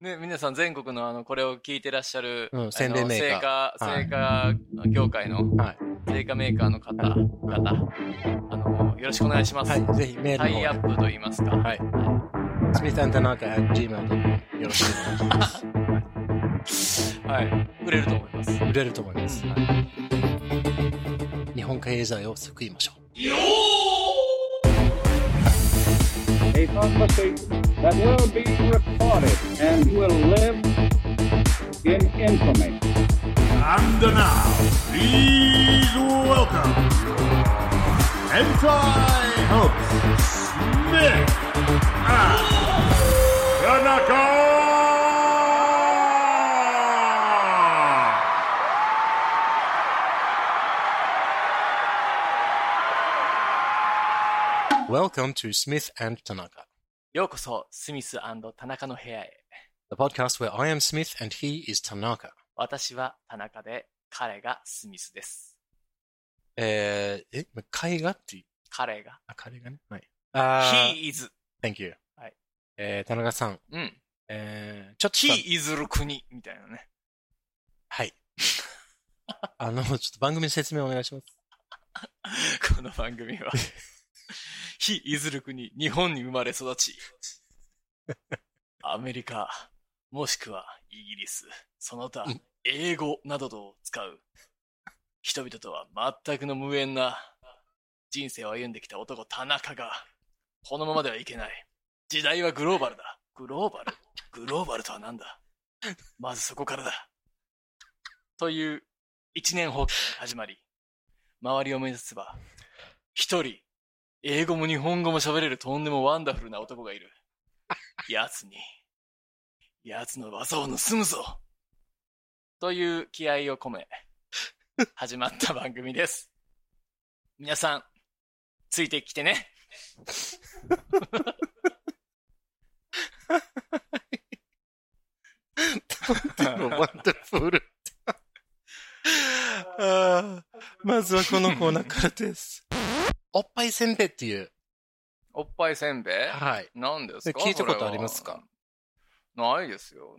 ね、皆さん全国のあの、これを聞いてらっしゃる、うんあの宣伝メーカー製菓、製菓業界の、はい。製菓メーカーの方、はい方、あの、よろしくお願いします。はい、ぜひメータルのイアップと言いますか。はい。スミタンタナカ gmail.com よろしくお願いします。はい。売れると思います。売れると思います。うんはい日本経済を救いましょう。 a conversation that will be recorded and will live in infamy. And now, please welcome Hentai hosts Nick and Tanaka! Welcome to Smith and Tanaka, ようこそ、スミス田中の部屋へ。 the podcast where I am Smith and he is Tanaka. 私は田中で、彼がスミスです。えー、え、絵画っていう、彼が。あ、彼がね。はい。あー He is. Thank you. はい。えー、田中さん。うん。えー、ちょっと、 He is る国。みたいなね。はい。 あの、ちょっと番組の説明お願いします。 この番組 は、非いずる国、日本に生まれ育ち、アメリカ、もしくはイギリス、その他うん、英語などを使う、人々とは全くの無縁な人生を歩んできた男、田中が、このままではいけない。時代はグローバルだ。グローバルグローバルとは何だまずそこからだ。という、一年放棄が始まり、周りを目指せば、一人、英語も日本語も喋れるとんでもワンダフルな男がいる。奴に、奴の技を盗むぞという気合を込め、始まった番組です。皆さん、ついてきて ね。 Wonderful あーまずはこのコーナーからです。おっぱいせんべいっていう。おっぱいせんべいはい。何ですか聞いたことありますかそれはないですよ。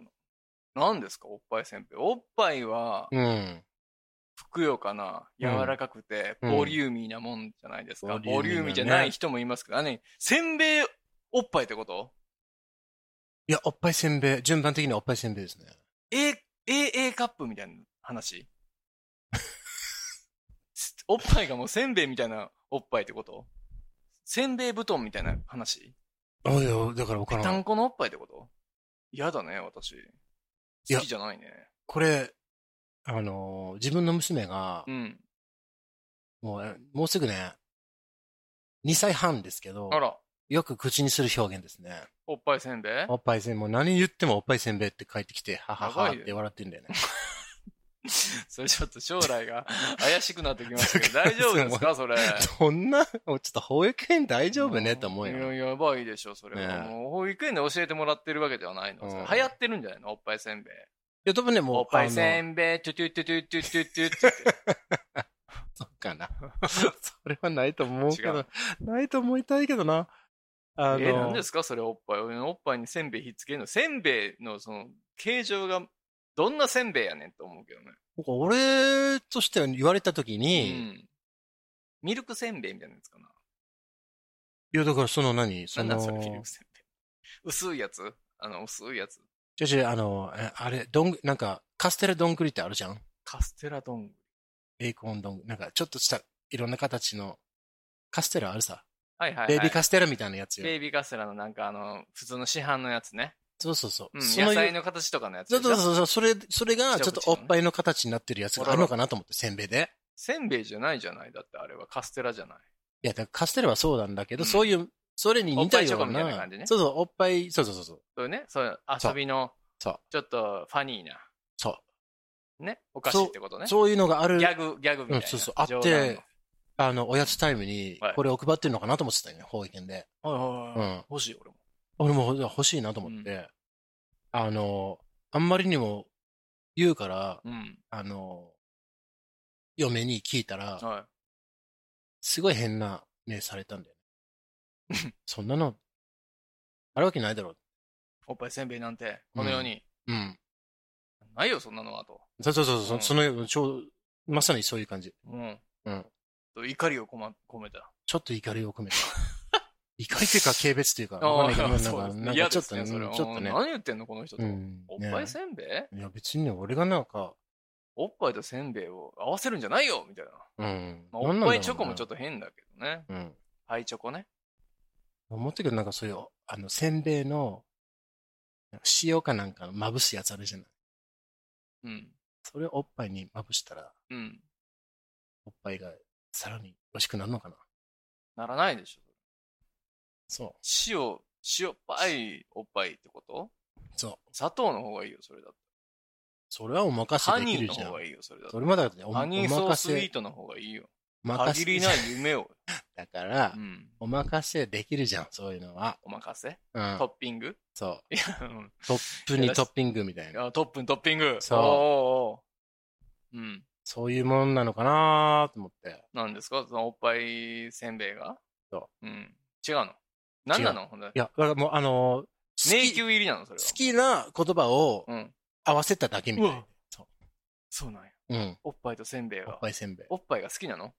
何ですかおっぱいせんべい。おっぱいは、うん。ふくよかな、柔らかくて、うんボリューミーなもんじゃないですか。うんボリューミーじゃボリューミーだねない人もいますけど、あね、せんべいおっぱいってこといや、おっぱいせんべい。順番的にはおっぱいせんべいですね。 ?A、AA カップみたいな話 おっぱいがもうせんべいみたいなおっぱいってことせんべい布団みたいな話おいおい、だから分かぺらたん。んこのおっぱいってこと嫌だね、私。や好きじゃないね。これ、あのー、自分の娘がう、ん。もう、もうすぐね、2歳半ですけどあ、ら、よく口にする表現ですね。おっぱいせんべいおっぱいせんべい、もう何言ってもおっぱいせんべいって帰ってきて、ははやはばっいよて笑ってんだよね。それちょっと将来が怪しくなってきました けど、大丈夫ですかそれ。そんな、 ちょっと保育園大丈夫ねって思うよ。いや、やばいでしょ、それは。ねえもう保育園で教えてもらってるわけではないの。うんそれ流行ってるんじゃないのおっぱいせんべい。いや、多分ね、もう、おっぱいあせのんべい、トゥトゥトゥトゥトゥトゥトゥって。そうかな。 それはないと思うけ違どう、ないと思いたいけどな。あの、え、何ですかそれおっぱい。おっぱいにせんべいひっつけるの。せんべいのその形状が、どんなせんべいやねんと思うけどね。僕俺としては言われたときに、ういん。ミルクせんべいみたいなやつかな。や、だからその何そなんなんのそ、れミルクせんべい。薄いやつあの、薄いやつ。ちょちょ、あの、えあれ、どん、なんか、カステラどんぐりってあるじゃんカステラどんぐり。ベーコンどんぐり。なんか、ちょっとした、いろんな形の、カステラあるさ。はいはい、はい。ベイビーカステラみたいなやつよ。ベイビーカステラのなんかあの、普通の市販のやつね。そうそうそう。うん、その野菜の形とかのやつそでうしょ。そうそうそう、それ、それが、一口ちょのっとおっぱいの形になってるやつがあるのかなと思って、せんべいで。せんべいじゃないじゃないだってあれはカステラじゃない。いや、だからカステラはそうなんだけうど、んそういう、それに似たよおっぱいチョコうみたいな、な感じねそうそう、おっぱい、そうそうそうそう、そういうね、そういう遊びの、そうちょっとファニーな、そね、お菓子ってことね。そういうのがあるギ、ャグ、ギャグみたいな。うんそうそうあって冗談のあの、おやつタイムにはい、これを配ってるのかなと思ってたよね、保育園で。はいはいはい。うん欲しい、俺も。俺も欲しいなと思って、あの、あんまりにも言うから、うん。あの、嫁に聞いたら、はすごい変な 目されたんだよね。そんなの、あるわけないだろう。おっぱいせんべいなんて、このように、うん。ないよ、そんなのは、と。そうそうそうそうう、んその、ちょう、まさにそういう感じ。うん。うん。と怒りをこま込めた。ちょっと怒りを込めた。 怒りというか、軽蔑というか、 あわかんないけど、なんそかうですなね。ん嫌かちょでっすとね、ね、ちそれ。ょっとねうん。何言ってんの、この人とう。んおっぱいねせんべいいや、別にね、俺がなんか、おっぱいとせんべいを合わせるんじゃないよみたいな。うん。まあ、おっぱいチョコもちょっっと変だけどね。と。うん。パイチョコね。思ったけど、なんかそういう、あの、せんべいの、塩かなんかまぶすやつあるじゃない。うん。それをおっぱいにまぶしたら、うん。おっぱいがさらに美味しくなるのかな。ならないでしょ。そ塩、塩パイ、おっぱいってことう。そう。砂糖の方がいいよ、それだと。それはお任せハできニーるのじゃ方んが。いいよ、それだそと。れまでだってねお、ハおニーソー任スイせー、トの方がいいよ。任せ限りない夢 を。だから、うん。お任せできるじゃん、そういうのは。お任せうんトッ。ピング そう。いや、うんトップにトッピングみたいな。あトップにトッピング。そうおーおーおーうん。そういうもんなのかなと思って。なんですかそのおっぱいせんべいが。そうん。違うの何なのほんでいや、だからもうあのー迷好宮入りなのそれは。き、好きな言葉をうん。合わせただけみたいな。そそうなんや。う。うん。おっぱいとせんべいおっが。ぱいせんべい。おっぱいが好きなの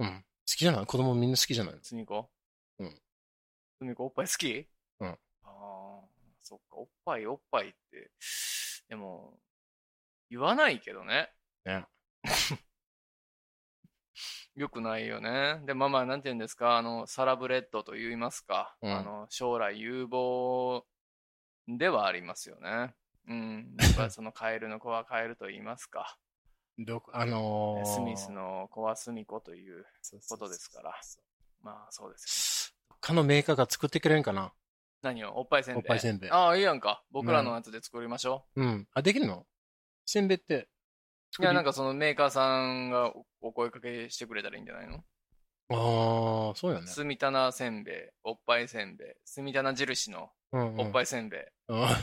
うん。好きじゃない子供みんな好きじゃないのすみこうん。すみこおっぱい好きうんああ、そっか。おっぱいおっぱいって。でも、言わないけどね。ね。 よくないよね。で、まあまあ、なんて言うんですか、あの、サラブレッドと言いますか、うんあの、将来有望ではありますよね。 うん。やっぱそのカエルの子はカエルと言いますか、どこあのー、スミスの子はスミ子ということですからそうそうまあそうですよそう。他のメーカーが作ってくれんかな何をおっぱいせんべい。おっぱいせんべいああ、いいやんか。僕らのやつで作りましょうん。あ、できるのせんべいって。う。いや、なんかそのメーカーさんがおお声かけしてくれたらいいんじゃないのああ、そうよね。すみたなせんべい、おっぱいせんべい、すみたな印のうんうんおっぱいせんべい。あ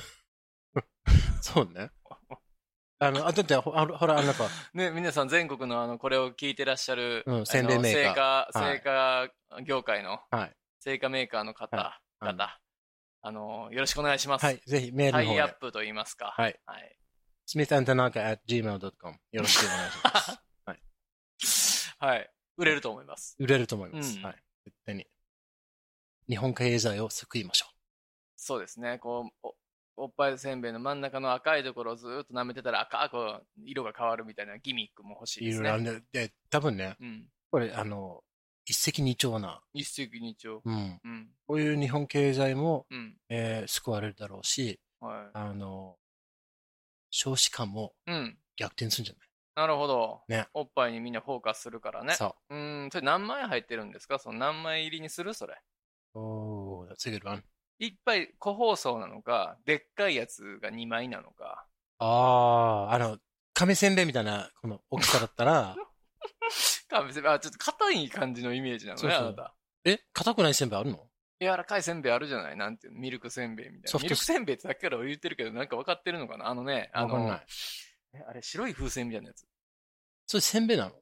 そ うね。あの、あ、だって、ほあほら、あのなんか、ね、皆さん全国のあの、これを聞いてらっしゃる、うん宣伝メーカあのはい製菓、製菓業界の、はい製菓メーカーの方、は方、あの、よろしくお願いします。はい、ぜひメータルの方イアッで、プと言いますか。はい。smithandtanaka.gmail.com よろしくお願いし ます。はい売れると思います。売れると思います。うんはい。絶対に。日本経済を救いましょそうですね、こう、おおっぱいせんべいの真ん中の赤いところをずっと舐めてたら赤く色が変わるみたいなギミックも欲しう。いでいすろいろあるね。んで、で、多分ね、うん。これ、あの、一石二鳥な、一石二鳥。うん。うん。こういう日本経済も、うん。えー救われるだろうし、はあの、少子化もい。うん。逆転するんじゃなるほど。ねおっぱいにみんなフォーカスするからないね。そうーん、それ何枚入ってるんですかその何枚入りにするそれ。う。おー、that's a good one. いっぱい個包装なのか、でっかいやつが2枚なのか。ああ、あの、亀せんべいみたいな、この大きさだったら、 あ、別に、あ、ちょっと硬い感じのイメージなのね、そうそうあなた。え、硬くないせんべいあるの柔らかいせんべいあるじゃないなんていうのミルクせんべいみたいソな。フトミルクせんべいってさっきから俺言ってるけど、なんか分かってるのかなあのね、あわかんなのい、。えあれ白い風船みたいなやつ。それせんべいなの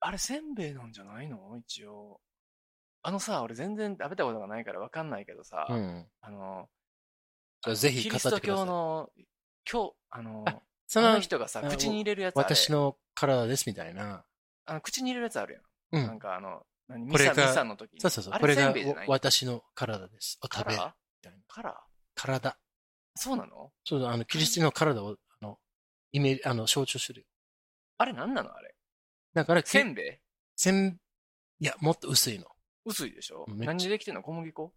あれせんべいなんじゃないの一応。あのさ、俺全然食べたことがないから分かんないけどさ、うん。あの、じゃあぜひキ語リってスくださトい。教の、今日、あの、あそあのの、人がさ、あ口に入れるやつあれ私の体ですみたいな。あの、口に入れるやつあるうやん。なんん。かあの、何ミこれサ、がミサの時に。そうそうそう。あこれれせんがべいじゃないお私の体です。おカ食ラべ。ーたいなカラー体。そうなのそうだ、あの、キリストの体を、あの、イメージ、あの、象徴するよ。あれ何なのあれ。だから、きせんべいせん、いや、もっと薄いの。薄いでしょめっちゃ何でできてんの小麦粉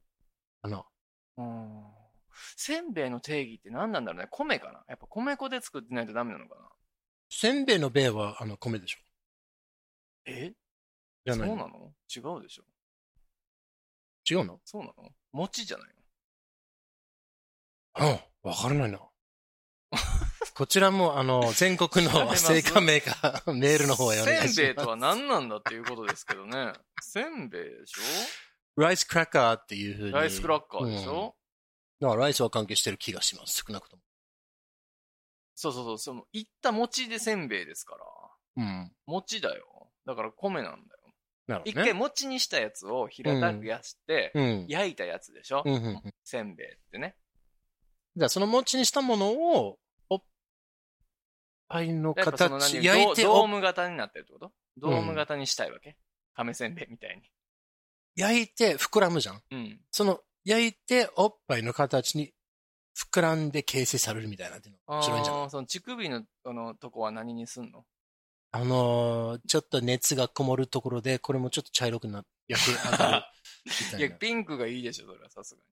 あの、うん。せんべいの定義って何なんだろうね米かなやっぱ米粉で作ってないとダメなのかなせんべいの米は、あの、米でしょ。えじゃそうないなの違うでしょ違うのそうなの餅じゃないうん、わからな いな。こちらも、あの、全国調べまのす製菓メーカー、 メールの方へお願のいします。せんべいとは何なんだっていうことですけどね。せんべいでしライスクラッカーっていうふうょに。ライスクラッカーでしうんょ、だからライスは関係してる気がします。少なくとも。そうそうそう。その、いった餅でせんべいですから。うん。餅だよ。だから米なんだよ。なる一ほど回ね。餅にしたやつを平たくやして、うん。焼いたやつでしょ、うんうんうんせんべいってね。じゃあ、その餅にしたものを、おっぱいのやっぱその形、何焼いてドドーお、ム型になってるってことドーム型にしたいわけ亀せんべいみたい焼いて膨らむじゃん。に。うん。その、焼いておっぱいの形に膨らんで形成されるみたいなっていうのあ面白いんじゃないーその乳首のあのとこは何にすんのあのーちょっと熱がこもるところで、これもちょっと茶色くな、焼け上がるみ たいいや、な。ピンクがいいでしょ、それはさすが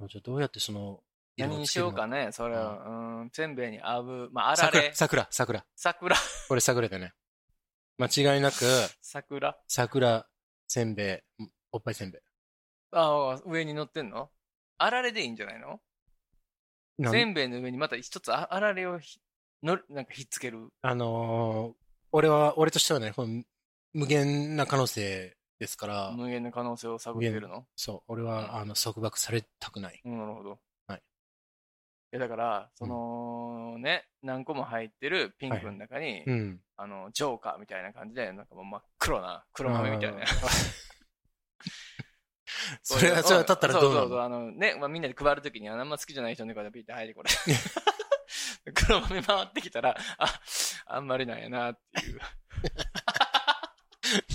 に。じゃあどうやってその、何にしようかね。ね、それは。うん、せんべいに合う。まあ、あら桜れ、、桜、桜。桜、これ桜だね。間違いなく、桜。桜、せんべい、おっぱいせんべい。ああ、上に乗ってんのあられでいいんじゃないのなんせんべいの上にまた一つああられをひのるなんかひっつける。あのー俺は、俺としてはね、この無限な可能性ですから、無限の可能性を探ってるのそう、俺は、あの、束縛されたくない。うんなるほど。はい。や、だから、そのね、何個も入ってるピンクの中に、うん。あの、ジョーカーみたいな感じで、なんかもう真っ黒な、黒豆みたいな あ。それは、それは立ったらどうなそそそのあのね、まあ、みんなで配るときに、ああんま好きじゃない人の中でピッて、はい、これ。 黒豆回ってきたら、あ、あんまりなんやなっていう。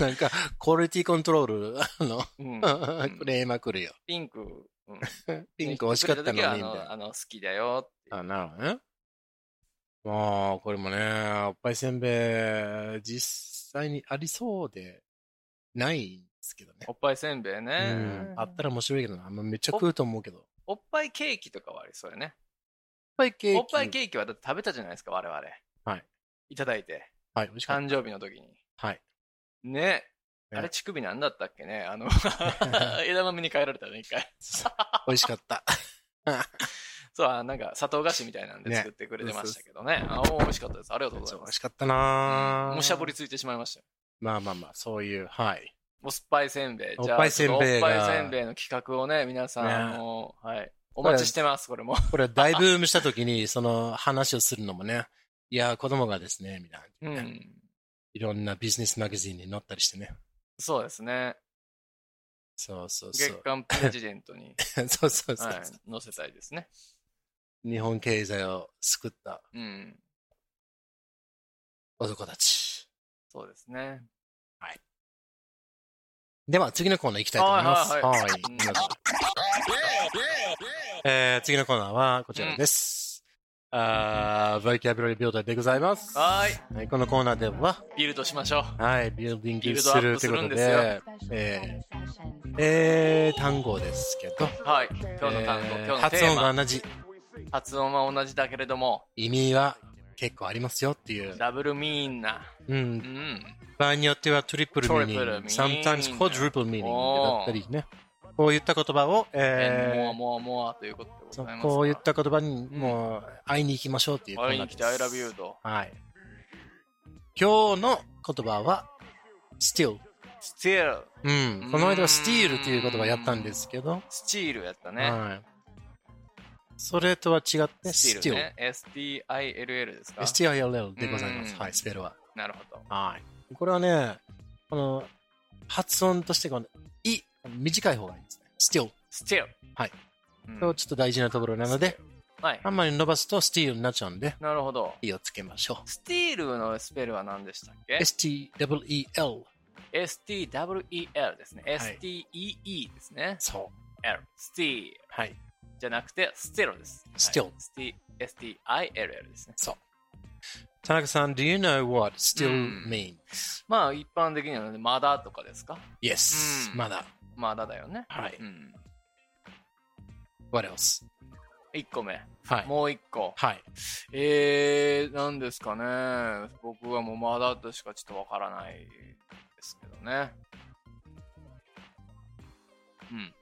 なんか、クオリティコントロール、あの、うん。 クレーマー来るよ。ピンク、うん、 ピンク惜しかったのに、ピみンたクいくれ時はあのな。あの、好きだよっていう。あ、なるほどね。まあ、これもね、おっぱいせんべい、実際にありそうで、ないんですけどねお。っぱいせんべいね。うん。あったら面白いけどな。あんまめっちゃ食うと思うけど。おっおっぱいケーキとかはありそうやね。ぱいケーキ。おっぱいケーキはだって食べたじゃないですか、我々。はい。いただいて、はい、美味しかっ誕生日の時に。た。はい。ね。ねあれ乳首なんだったっけねあ の、枝豆に変えられたね、一回。美味しかった。そう、あなんか砂糖菓子みたいなんでね作ってくれてましたけどね。あお美味しかったです。ありがとうござい美ま味すし。かったなうんもうしゃぶり。りついてしまいましたよ。まあまあまあ、そういう、はい。おっぱいせんべい。おっぱいせんべいじがゃあおっぱいせんべいの企画をね、皆さん、ねあのはい。お待ちしてます、これも。これは大ブームした時に、その話をするのもね、いやー、子供がですね、みたいな。うん。いろんなビジネスマガジンに載ったりしてね。そうですね。そうそうそ月う。間プレジデントに、そうそう そう、はい、載せたいですね。日本経済を救ったうん。男たち。そうですね。では、次のコーナー行きたいと思います。ははいいはいはい行きましょうえー次のコーナーはこちらです。あー、ボキャブラリービルダーでございます。ははい、このコーナーでは、ーい。ビルドしましょう。はい、ビルディンビルグドすアッるプとすいうこるんとですよで、えーえー単語ですけど、はい。今日の単語、今日えーのテ発ー音マ。が同じ、発音は同じだけれども、意味は結構ありますよっていう。ダブルミーンな。う、うんん。場合によってはトリプルミーニング Triple meaning、 sometimes quadruple meaning だったりね、こういった言葉を、えーもうもうもうということでそごうざいます。こういった言葉にもう会いに行きましょうっていうコー会いナにー来でてす。 I love you と。はい。今日の言葉は still。 still, うん。この間は steal っていう言葉やったんですけど、スチールやったね。はい。それとは違ってスチール still。ね。S-T-I-L-L ですか still でございます。うんはい、スペルは。なるほど。はい。これはね、この発音としてこの、い、短い方がいいですね。still。 still. はいうん。これちょっと大事なところなので、はいあ。んまり伸ばすと steal になっちゃうんで、なるほど。いをつけましょう。スティールのスペルは何でしたっけ STEEL。 ?S-T-W-E-L ですね。い S-T-E-E ですね。そう。 L。スティールはい。じゃなくて、still です。 still はい ST- S-T-I-L-L ですね。田中さん、Do you know what still うん mean? まあ、一般的にはねまだとかですか Yes、うんまだ。まだだよね。はい。うん。 What else? 1個目。はい。もう1個。はい。えー、なんですかね。僕はもうまだとしかちょっとわからないですけどね。うん。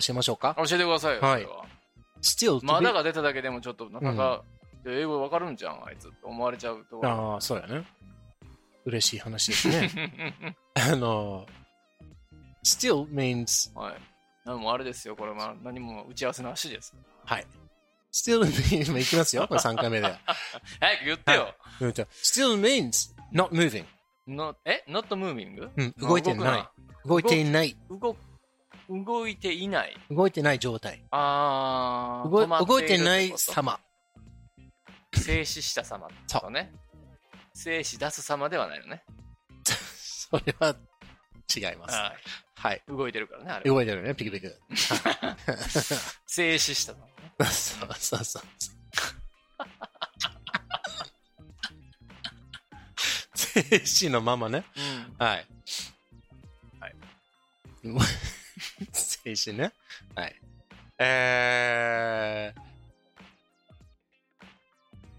教えましょうか。教えてくださいよ、はいそれは Still to be- まだが出ただけでもちょっと、なかなか、で英語わかるんじゃん、あいつって思われちゃうところ。。ああ、そうやね。嬉しい話ですね あの、Still means, はい。なんもあれですよ、これは何も打ち合わせなしです。はい。Still means, 今いきますよ。これ3回目で。早く言ってよ。うんと Still means not moving. のえ ?not moving? うん動いてない。動いていない。動動いていない。動いてない状態。あー動止まっい動いてなるっていこと様。静止した様ってことね。静止出す様ではないのね。それは違います。ははい。い。動いてるからね、あれは。動いてるね、ピクピク。静止したの。そうそうそう。精子のままね。うん。はい。はい。 精子ね。はい。えー、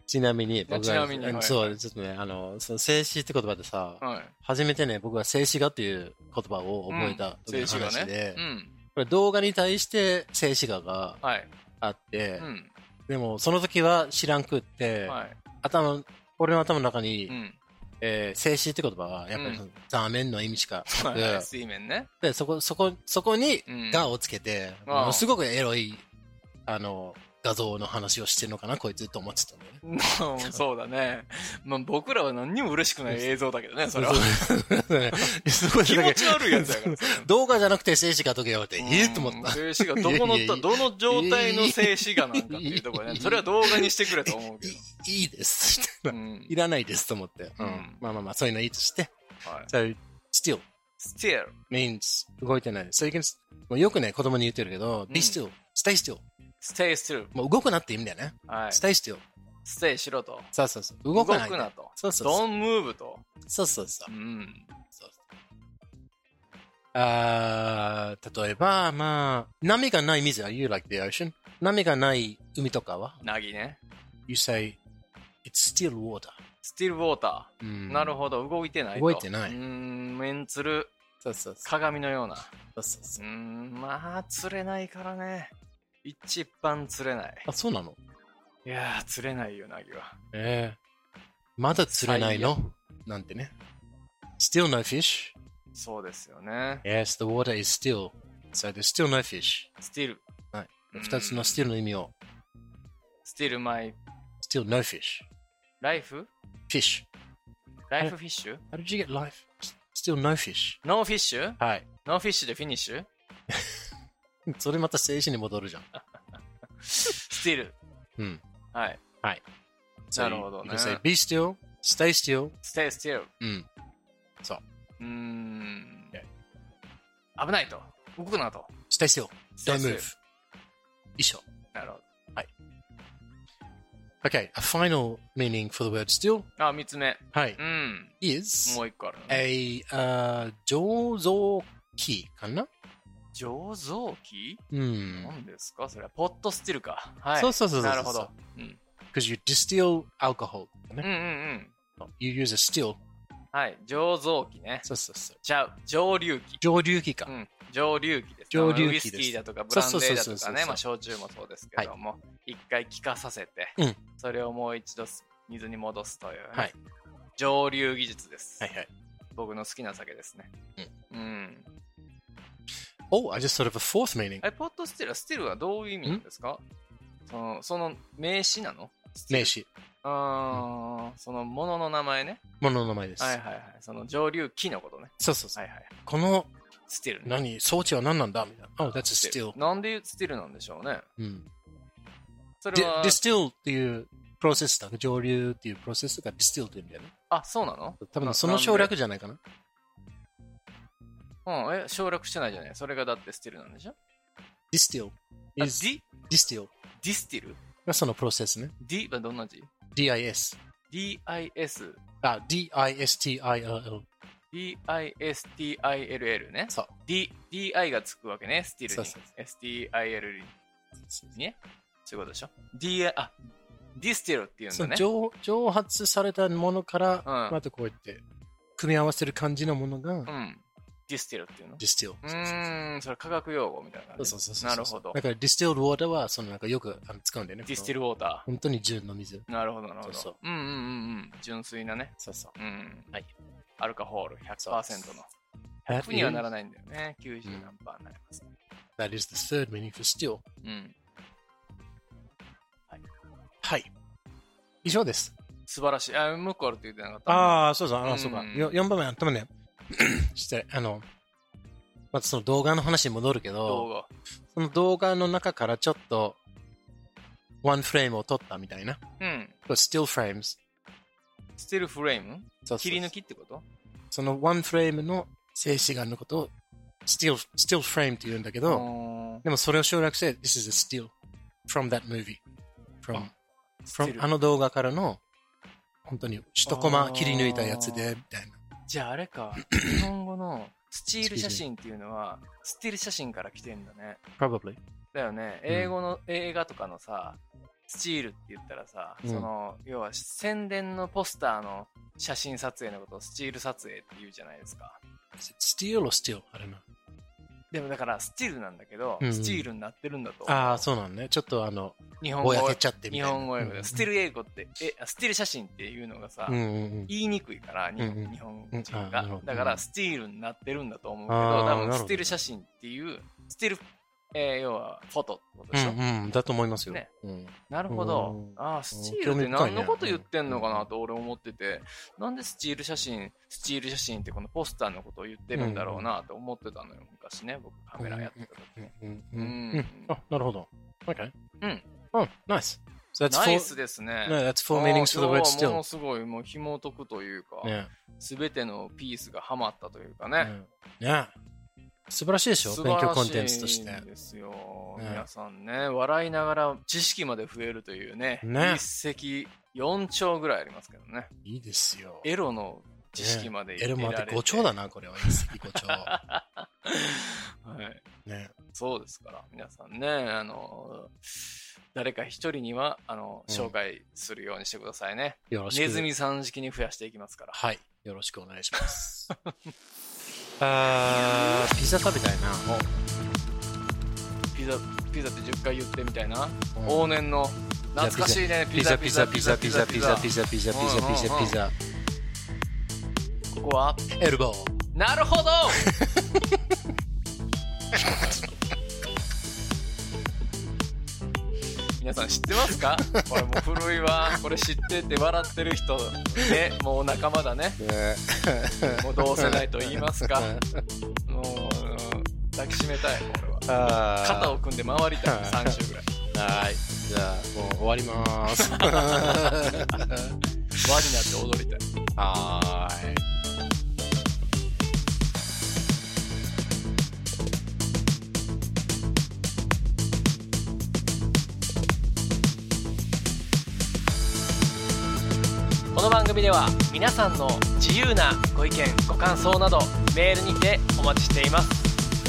ちなみに、僕ちなみにうんはいそう、ちょっとね、あの、その精子って言葉でさ、はい。初めてね、僕は静止画っていう言葉を覚えた時の静止話画でね。う、ん。これ動画に対して静止画がはい。あって、うん。でもその時は知らんくって、はい。頭、俺の頭の中に、うん。えー静止って言葉はやっぱりそのザーメンの意味しかなく、水面ね。で、そこ、そこ、そこにうん。ガをつけて、ああものすごくエロい、あの、画像の話をしてるのかな、こいつと思ってたんだよね。 うんそうだね。まあ僕らは何にも嬉しくない映像だけどね、それは。そう すごい気だ持けち悪いやつだから。それは 動画じゃなくて静止画解けようって、うんええと思った。静止画、どこのいやいやいや、どの状態の静止画なんかっていうところね。それは動画にしてくれと思うけど。いい いです。うんい。らないですと思って。うんうんまあまあまあ、そういうのいいとして。はい。 So, still still. means 動いてない。So you can, もうよくね、子供に言ってるけど、be still, stay still. stay still. もう動くなって意味だよね。はい。 stay still. stay しろと。そうそうそう。動かない。動くなと。そうそうそう。 don't move と。そうそうそうう。ん。そうあー例えば、まあ、波がない水は you like the ocean? 波がない海とかはなぎね。 you say it's still water. still water. なるほほど、動いてないと。動いてないうーん、面つるど。そうそうそう鏡のような。そうそううそーう。ん、まあ、釣れないからね。一番釣れない。あ、そうなのいやー、釣れないよ、なぎは。ええまだ釣れないのなんてね。Still no fish? そうですよね。 Yes, the water is still. So there's still no fish. still. はいうん。二つの still の意味を。 still my Still no fish. life? Fish. life fish? How did you get life? Still no fish. no fish? はい。 no fish でフィニッシュそれまた静止に戻るじゃん。 ?still. うん。はい。 So なるほどね You can say be still, stay still. mm, stay still. うん。うーん。危ないと。動くなと。 Stay still, Stay don't still. move. 一緒。なるほ Okay, a final meaning for the word still. ど。あ、三つ目。はい。うん。 is もう一個あるのね。 a、uh, 醸造機かな醸造機うん。何ですかそれはポットスティルか。はい。そうそうそうそう。なるほど。。うん。 Because you distill alcohol. うんうんうん。 You Mm. use a still. はい。醸造機ね。そうそうそう。じゃあ、蒸留機。蒸留機かう。ん。蒸留機です。蒸留機ウイですスキーだとか、ブランデーだそうそうそうとそかうそね。うまあ、焼酎もそうですけども、一回気化させて、うんそれをもう一度水に戻すという、ね。はい。蒸留技術です。はいはい。僕の好きな酒ですね。うん。 Oh, I just thought of a fourth meaning. え、ポットスティルは、スティルはどういう意味なんですかその、その名詞なの名詞。あー、そのものの名前ね。ものの名前です。はいはいはい。その上流機のことね。そうそうそはう。いはい。この、スティルね。何、装置は何なんだみたいな。Oh, that's ス a ティ still. ルなんでスティルなんでしょうね。うん。それ Di- は、 distill っていうプロセスだ。蒸留っていうプロセスが distill っていうんだよね。あ、そうなの多分なその省略じゃないかな。うん、え、省略してないじゃない。それがだってスティルなんでしょ distill あ is ディ distill ディスティルがそのプロセスね。ディはどんな字 dis。 ?DIS。あ、distill。 DISTILL ね。そう。 D、DI がつくわけね。スティルそうにそう。 STIL に。ね。そういうことでしょ ?DI、あ、ディスティルっていうんそだのね。蒸蒸発されたものから、うんまたこうやって組み合わせる感じのものが、うん。ディスティルっていうの distill うーん、それ科学用語みたいな感そうじ。そうそうそうなるほどだ。から distilled water はそのなんかよくあの使うんだよねディスティルルウォータ本当に純の水ー。なるほど、なるほど。そうそううんうんうんうん。純粋なね。そうそううん。はい。アルカホール100%の。 That 苦にはなら is, ないんだよね。90うん何パーになりますね。 that is the third meaning for still うん。はい以上です素晴らしい。あ、もう一個あるって言ってなかった。あ。ああそうそうあ うのんそうかよ4番目頭ね失礼あのまたその動画の話に戻るけ動ど、画。その動画の中からちょっと、ワンフレームを撮ったみたいな。うん。スティルフレームス。ステルフレームそうそう切り抜きってことそのワンフレームの静止画のことを、スティル、スティルフレームって言うんだけど、うでもそれを省略して、This is a steal from that movie. From, ステ from ルあの動画からの、本当に一コマ切り抜いたやつで、みたいな。じゃああれ か、日本語のスチール写真っていうのは、スティール写真から来てんだね。 Probably. だよね、うん英語の、映画とかのさ、スチールって言ったらさ、うんその、要は宣伝のポスターの写真撮影のことをスチール撮影って言うじゃないですか。 Steal or steal? I don't know. でもだから、スチールなんだけど、うんスチールになってるんだと。ああ、そうなんね。ちょっとあの、日本ぼ語やけちゃってみ日たいな。本語英語うで、んスティル英語って、え、あスティル写真っていうのがさ、うんうん言いにくいから、日うんうん本日本人うんあながるほど。だから、スティールになってるんだと思うけど、あ多ーなるほ分どスティール写真っていう、スティール、えー要は、フォトってことうでしょ。ん。うん、だと思いますよ。ねうん、なるほどうん。ああ、スチールって何のこと言ってんのかなと俺思ってて、なんでスチール写真、スチール写真ってこのポスターのことを言ってるんだろうなと思ってたのよ、昔ね、僕カメラやってた時。うんううんんうんあ、なるほど。Okay. うん。 Oh, nice. So that's ナ four, イスですね。 no, that's four meanings あ for the word あ今日はも still. のすごい、もう紐解くというか、ね。すべてのピースがはまったというかうね。んね。素晴らしいでしょ素勉晴強らコしンテンツとしいて。んですよ、ね皆さんね、笑いながら知識まで増えるというね、ね一石四鳥ぐらいありますけどね。いいですよ。エロの知識までエル得らマれーて、って5丁だな、これは。一石5丁。 はい、ね。そうですから、皆さんね、あの、誰か一人には、あの、うん紹介するようにしてくださいね。よろしく。ネズミさん式に増やしていきますから。はい。よろしくお願いします。あー、ピザ食べたいな。もピザ、ピザって10回言ってみたいな。う往年の、懐かしいね、ピピザザピピザザピピザザピピザザピピザザピザピザピザピザピザ。ここは、エルボー。なるほど 皆さん知ってますかこれもう古いわ。これ知ってて笑ってる人、ね、もう仲間だね。ねもう同世代と言いますか。もう、抱きしめたい、これは。あー肩を組んで回りたい、3周ぐらい。はい。じゃあ、もう終わりまーす。輪になって踊りたい。はーい。この番組では皆さんの自由なご意見ご感想などメールにてお待ちしています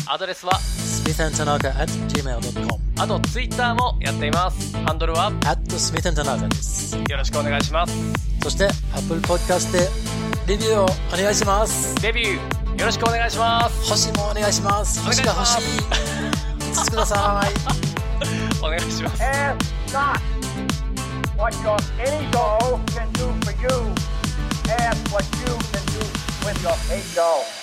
アドレスは smithandtanaka at gmail.com あとツイッターもやっていますハンドルは at smithandtanaka です。よろしくお願いしますそして、Apple Podcast でレビューをお願いします。デビューよろしくお願いします星もお願いします。願い星しがま欲すしい。5つください。 お願いします Ask not what your ego can do for you. Ask what you can do with your ego.